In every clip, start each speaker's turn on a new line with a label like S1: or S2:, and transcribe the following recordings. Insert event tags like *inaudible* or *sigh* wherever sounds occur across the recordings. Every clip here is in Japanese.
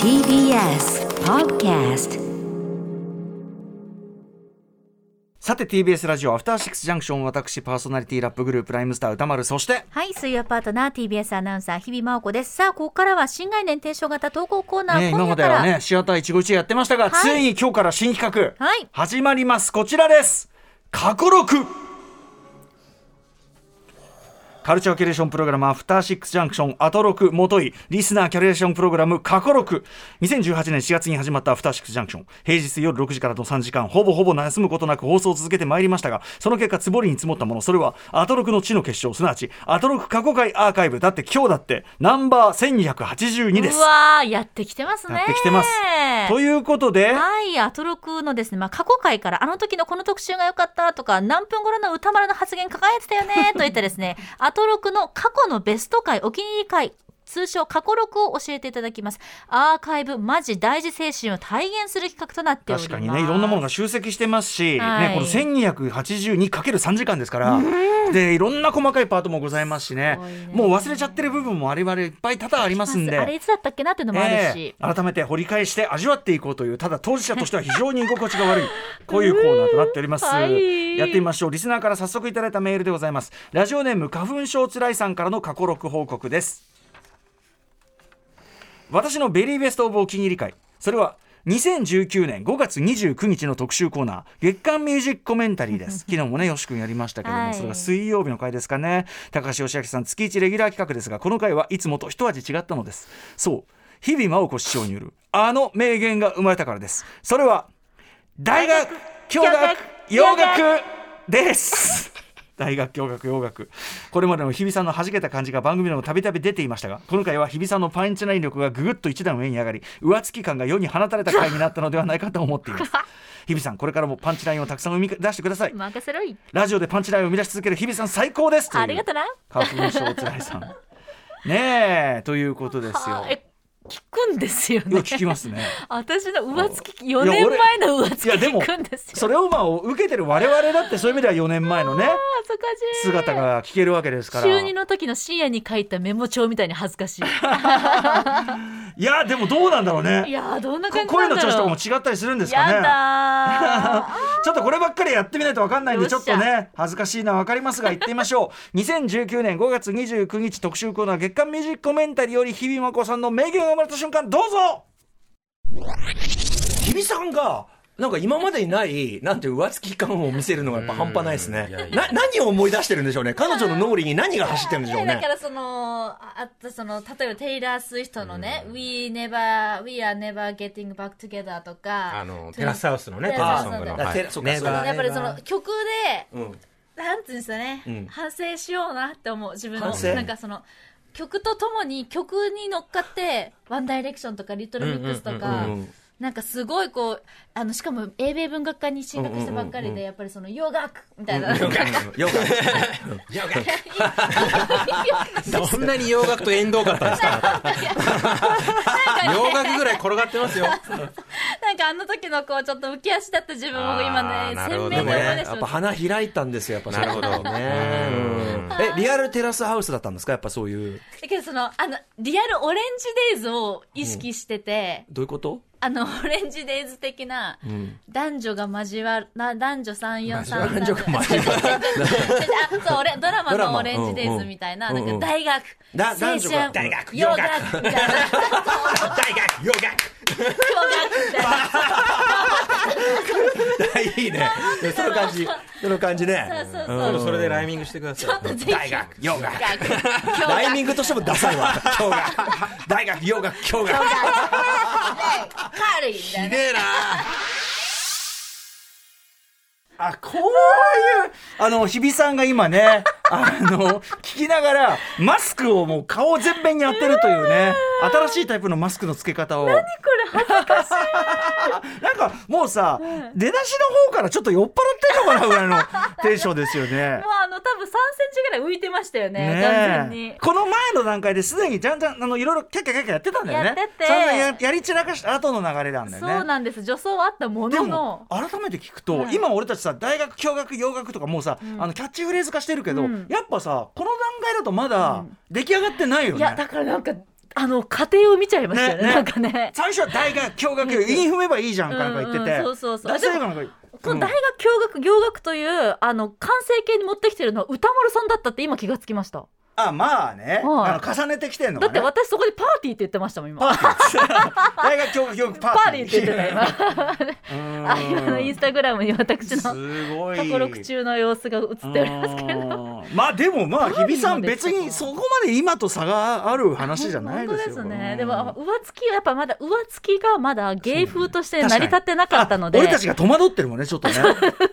S1: TBS Podcast
S2: さて TBS ラジオアフターシックスジャンクション私パーソナリティラップグループライムスター歌丸そして
S3: はい、水曜パートナー TBS アナウンサー日々真央子です。さあ、ここからは新概念提唱型投稿コーナー、
S2: ね、今
S3: 今
S2: ま
S3: 夜
S2: で
S3: から
S2: はねシアター一期一会やってましたが、
S3: はい
S2: ついに今日から新企画、
S3: はい
S2: 始まりますこちらです過去6カルチャーキュレーションプログラムアフターシックスジャンクションアトロクもといリスナーキュレーションプログラム過去6 2018年4月に始まったアフターシックスジャンクション平日夜6時からの3時間ほぼほぼ休むことなく放送を続けてまいりましたがその結果積もりに積もったものそれはアトロクの地の結晶すなわちアトロク過去回アーカイブだって今日だってナンバー1282です
S3: うわー、やってきてますね。
S2: やってきてます。ということで、
S3: はい、アトロクのですね、まあ、過去回からあの時のこの特集が良かったとか、何分頃の歌丸の発言輝いてたよ
S2: *laughs*
S3: ねといったですね、アトロクの過去のベスト回、お気に入り回、通称過去録を教えていただきます。アーカイブマジ大事精神を体現する企画となっております。
S2: 確かにねいろんなものが集積してますし、
S3: はい
S2: ね、この 1282×3 時間ですから、でいろんな細かいパートもございますしね
S3: すごいね
S2: もう忘れちゃってる部分も我々いっぱい多々ありますんで。
S3: あれいつだったっけなっていうのもあるし
S2: え。え改めて掘り返して味わっていこうというただ当事者としては非常に居心地が悪いこういうコーナーとなっております、
S3: うんはい
S2: やってみましょうリスナーから早速いただいたメールでございますラジオネーム花粉症つらいさんからの過去録報告です私のベリーベストオブお気に入り会それは2019年5月29日の特集コーナー月刊ミュージックコメンタリーです *laughs* 昨日もねよし君やりましたけども、
S3: はい
S2: それが水曜日の回ですかね高橋義明さん月1レギュラー企画ですがこの回はいつもと一味違ったのですそう日々真央子師匠によるあの名言が生まれたからですそれは大学教学洋楽です大学教学洋楽これまでの日比さんの弾けた感じが番組でもたびたび出ていましたが今回は日比さんのパンチライン力がぐぐっと一段上に上がり上付き感が世に放たれた回になったのではないかと思ってい
S3: *laughs*
S2: ます日比さんこれからもパンチラインをたくさん生み出してください
S3: 任せろい。
S2: ラジオでパンチラインを生み出し続ける日比さん最高ですという
S3: ありがとな。
S2: 花粉症つらいさんねえということですよ
S3: あえ聞くんですよ
S2: いや
S3: ね。
S2: 聞きます
S3: *laughs*
S2: ね
S3: 私の上付き4
S2: いや俺
S3: 年前の上付
S2: いや
S3: き
S2: でも
S3: 聞くんですよ。
S2: それをまあ受けてる我々だってそういう意味では4年前のね
S3: 恥ずかしい。
S2: 姿が聞けるわけですから
S3: 中二の時の深夜に書いたメモ帳みたいに恥ずかしい。
S2: いやでもどうなんだろう
S3: い
S2: ね
S3: やーどんな
S2: こ
S3: 感じな
S2: 声
S3: ん
S2: の
S3: だ
S2: 調子とか
S3: ろ
S2: も
S3: う。
S2: 違ったりするんですか
S3: や
S2: ね
S3: だー。
S2: ちょっとこればっかりやってみないと分かんないんで
S3: よっ
S2: ち
S3: し
S2: ょ
S3: ゃ
S2: っとね恥ずかしいのは分かりますが言ってみま *laughs* しょう2019年5月29日特集コーナー月刊ミュージックコメンタリーより日比真子さんの名言が生まれた瞬間どうぞ
S4: 日比さんが、なんか今までにない、なんていう上付き感を見せるのがやっぱ半端ないですね。な、何を思い出してるんでしょうね。彼女の脳裏に何が走ってるんでしょう
S5: だ
S4: ね
S5: か。らそのああとその例えばテイラー・スウィフトのね「We never We are never getting back together」とか
S6: あの、テラスハウスのね、テ
S5: テ
S6: ー
S5: ラ
S6: マ
S5: ス
S6: ソ
S5: ハウス
S6: ングの。
S5: だ
S4: テラそうか
S6: ネ
S4: そうだ
S5: やっぱりそ
S6: ネバ
S5: の
S6: ー
S5: 曲で
S4: うん。
S5: なんていうんですかね、
S4: うん
S5: 反省しようなって思う自分の
S4: 反省
S5: なんかその曲とともに曲に乗っかって「ワンダイレクションとか「リトルミックスとか。
S4: うんうんうんうん
S5: なんかすごいこうあのしかも英米文学科に進学したばっかりで、やっぱりその洋楽 *laughs* みたいな、
S4: よく
S6: そんなに洋楽と縁遠かったんで
S5: *laughs*
S6: すか洋楽ぐらい転がってま
S5: *laughs*
S6: すよ。
S5: なんかあの時のこうちょっと浮き足だった自分を今
S6: あー
S5: ね
S6: なる
S5: 鮮
S6: ほ
S5: 明
S6: どね
S5: に思い出し
S4: やっぱ
S5: まし
S4: 花開いたんですよ、やっぱ
S6: なるほど
S4: そういうのね。うんえ、リアルテラスハウスだったんですかやっぱそういう。
S5: たけどそのあのリアルオレンジデイズを意識してて、
S4: どういうこと
S5: あのオレンジデイズ的な男女が交わるな男女三四三
S4: 男女が交わる
S3: *laughs*
S5: あそう俺ドラマ
S4: ドラ
S5: の
S4: マ
S5: オレンジデイズみたいな,、
S4: うんう
S5: な
S4: ん
S5: んか大学
S4: だ
S5: 青
S4: 男女が
S5: 春
S4: 大学
S5: 洋
S4: 洋
S5: 楽
S4: 楽
S5: みたいな
S3: *laughs*
S6: 大学、洋楽
S5: 洋楽みたいな
S4: いいね。その感じ。その感じね。
S5: そうそう
S6: 今
S5: そう
S6: 度それでライミングしてください。
S5: ぜひ
S4: 大学、洋楽。
S5: 洋
S4: ライ
S5: 楽
S4: ミングとしてもダサいわ。今日が。大学、洋楽、今日が。
S5: 軽いみたいな
S6: ひでえな
S2: あこういうあの日比さんが今ね *laughs* あの聞きながらマスクをもう顔全面に当てるというね新しいタイプのマスクの付け方を何これ恥ずかしいなんかもうさ、出だしの方からちょっと酔っ払ってんのかなぐ
S3: *laughs*
S2: らいのテンションですよね
S3: もうあの多分3センチぐらい浮いてましたよね。完全に
S2: え。この前の段階ですでにじゃんじゃんあのいろいろキャッキャキャッキャやってたんだよね
S3: やってて
S2: 散々ややり散らかした後の流れなんだよね
S3: そうなんです。女装はあったも
S2: で
S3: の
S2: も
S3: の。
S2: 改めて聞くと、今俺たちさ大学教学洋楽とかもうさ、あのキャッチフレーズ化してるけど、
S3: うん
S2: やっぱさこの段階だとまだ出来上がってないよ
S3: い
S2: ね。
S3: やだからなんかあの家庭を見ちゃいましたよね
S2: ねね
S3: なんかね
S2: 最初は大学共学韻踏めばいいじゃんかなんか言ってて、
S3: うんうんそうそうそう
S2: 大学なんか
S3: この大学教学行学というあの完成形に持ってきてるのは歌丸さんだったって今気がつきました
S2: あまあね、
S3: はい
S2: あの重ねてきてんの
S3: だ
S2: が
S3: って
S2: ね
S3: 私そこでパーティーって言ってましたもん今
S2: パ
S3: パ
S2: ーティ
S3: *laughs*
S2: ー大学教学教育パーテ
S3: ーテ
S2: ィ
S3: ィー
S2: ー
S3: って言ってた今
S2: うん
S3: あ
S2: *laughs*
S3: 今のインスタグラムに私の
S6: すごい。
S3: 過去録中の様子が映っておりますけど
S2: あーまあでもまあ日比さん別にそこまで今と差がある話じゃない
S3: 本
S2: です
S3: 当で
S2: よ
S3: すねでも上付きはやっぱまだ上付きがまだ芸風として成り立ってなかったので
S2: あ俺たちが戸惑ってるもんねちょっとね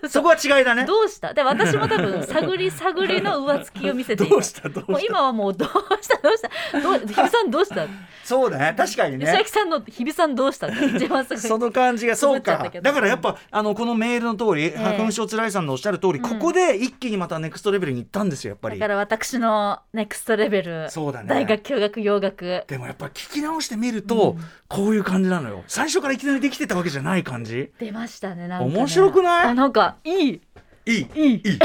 S2: そこは違いだね
S3: *laughs* どうしたで私も
S2: *laughs*
S3: 多分探り探りの上付きを見せてい
S2: どうしたどうした
S3: もう今はもうどうしたどうしたどう日比さんどうした
S2: そうだね確かに
S3: 吉
S2: ね
S3: 明さんの日比さんどうしたって一番すごい
S2: その感じがそう
S3: 思っちゃっ
S2: か
S3: たけど
S2: だからやっぱあのこのメールの通り、白雲小つらいさんのおっしゃる通り、ここで一気にまたネクストレベルに行ったんですよやっぱ
S3: だ
S2: り
S3: から私のネクストレベル、
S2: そうだね
S3: 大学教学洋楽
S2: でもやっぱ聞き直してみると、こういう感じなのよ最初からいきなりできてたわけじゃない感じ
S3: 出ましたねなんかね
S2: 面白くない
S3: あなんかいい
S2: いい
S3: いいいい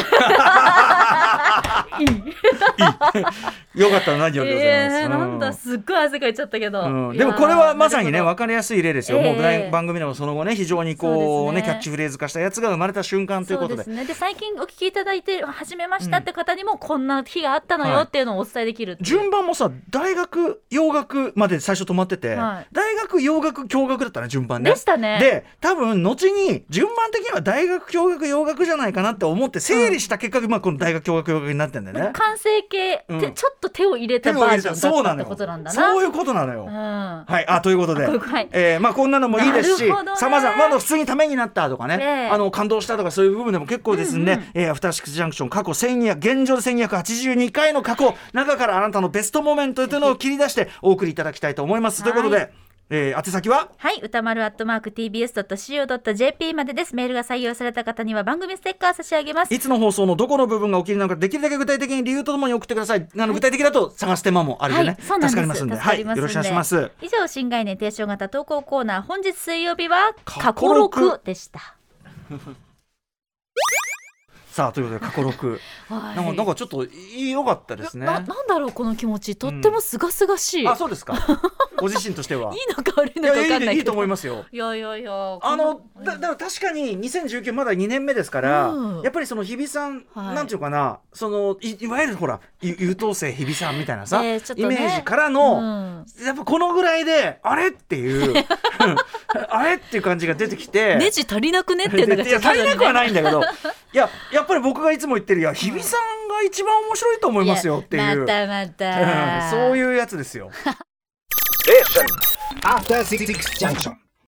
S2: よかったら何よりでござい
S3: え
S2: ます、
S3: ー、なんだすっごい汗かいちゃったけど、
S2: うん、でもこれはまさにね分
S3: わ
S2: かりやすい例ですよ、もう
S3: ええ
S2: 番組でもその後ね非常にこう
S3: そう
S2: ね
S3: ですね
S2: キャッチフレーズ化したやつが生まれた瞬間という
S3: そ
S2: こ
S3: う
S2: とで
S3: で
S2: す
S3: ねで最近お聞きいただいて始めましたって方にもこんな日があったの
S2: は
S3: よ
S2: い
S3: っていうのをお伝えできるっていう
S2: 順番もさ大学洋楽まで最初止まってて、
S3: はい
S2: 大学洋楽共学だったね順番ね。
S3: でしたね
S2: で多分後に順番的には大学共学洋楽じゃないかなって思って整理した結果、まあこの大学共学洋楽になってんだよね。
S3: 完成形、
S2: うん
S3: てちょっと手を入れた
S2: 手も
S3: バ
S2: 入
S3: ー
S2: れ
S3: ジョ
S2: た
S3: ン
S2: そう
S3: だ
S2: なの
S3: ったって
S2: よ
S3: ことなんだな
S2: そういうことなのよ。
S3: うん
S2: はい、あということで、
S3: はい
S2: えーまあ、こんなのもいいですし、
S3: なるほどね
S2: さまざま、あの、普通にためになったとかね、
S3: ええ
S2: あの感動したとかそういう部分でも結構ですんで、えーアフターシックスジャンクション過去1200、現状で1282回の過去、中からあなたのベストモメントというのを切り出してお送りいただきたいと思います。ということ
S3: は
S2: で、えー宛先は
S3: はい、歌丸アットマーク tbs.co.jp までです。メールが採用された方には番組ステッカー差し上げます。
S2: いつの放送のどこの部分が起きるのかできるだけ具体的に理由とともに送ってください。あの具体的だと探す手間もあるよ
S3: は
S2: ね、
S3: い、そうなんです。
S2: 助かりますんで
S3: 助か
S2: はい、
S3: り
S2: よ
S3: ま
S2: ろ
S3: すんで
S2: しくお願いします。。
S3: 以上、新概念提唱型投稿コーナー、本日水曜日は、
S2: 過
S3: 過
S2: 去
S3: 去
S2: 録
S3: 録でした。
S2: さあ、ということで、過去6。
S3: は
S2: なんか、なんかちょっと良かったですね。
S3: ななんだろう、この気持ち。とってもすがすがしい。いい
S2: あ、そうですか。
S3: *laughs*
S2: ご自身としては。
S3: のか悪い
S2: い
S3: の
S2: や
S3: か分かん
S2: い
S3: ない
S2: い
S3: い
S2: いと思い
S3: ま
S2: ますよ。
S3: す。いやいやいや。
S2: あの
S3: こ
S2: だだから確かに2019まだ2年目ですから、
S3: うん
S2: やっぱりその日比さん、
S3: はい
S2: なんていうかなそのいいわゆるほらゆ優等生日比さんみたいなさ、
S3: えーちょっ
S2: イ
S3: *laughs* とね
S2: メージからの、
S3: うん
S2: やっぱこのぐらいであれっていう
S3: *laughs*
S2: あれっていう感じが出てきて。
S3: ネジ足りなくねって *laughs* いうの
S2: で
S3: が
S2: い
S3: ちょ
S2: や
S3: っとあ
S2: 足
S3: る
S2: り
S3: よね
S2: なくはないんだ
S3: *laughs*
S2: けどいややっぱり僕がいつも言ってるいや日比さんが一番面白いと思いますよっていう、
S3: またま
S2: うん
S3: た。
S2: そういうやつですよ。
S7: After Six Junction.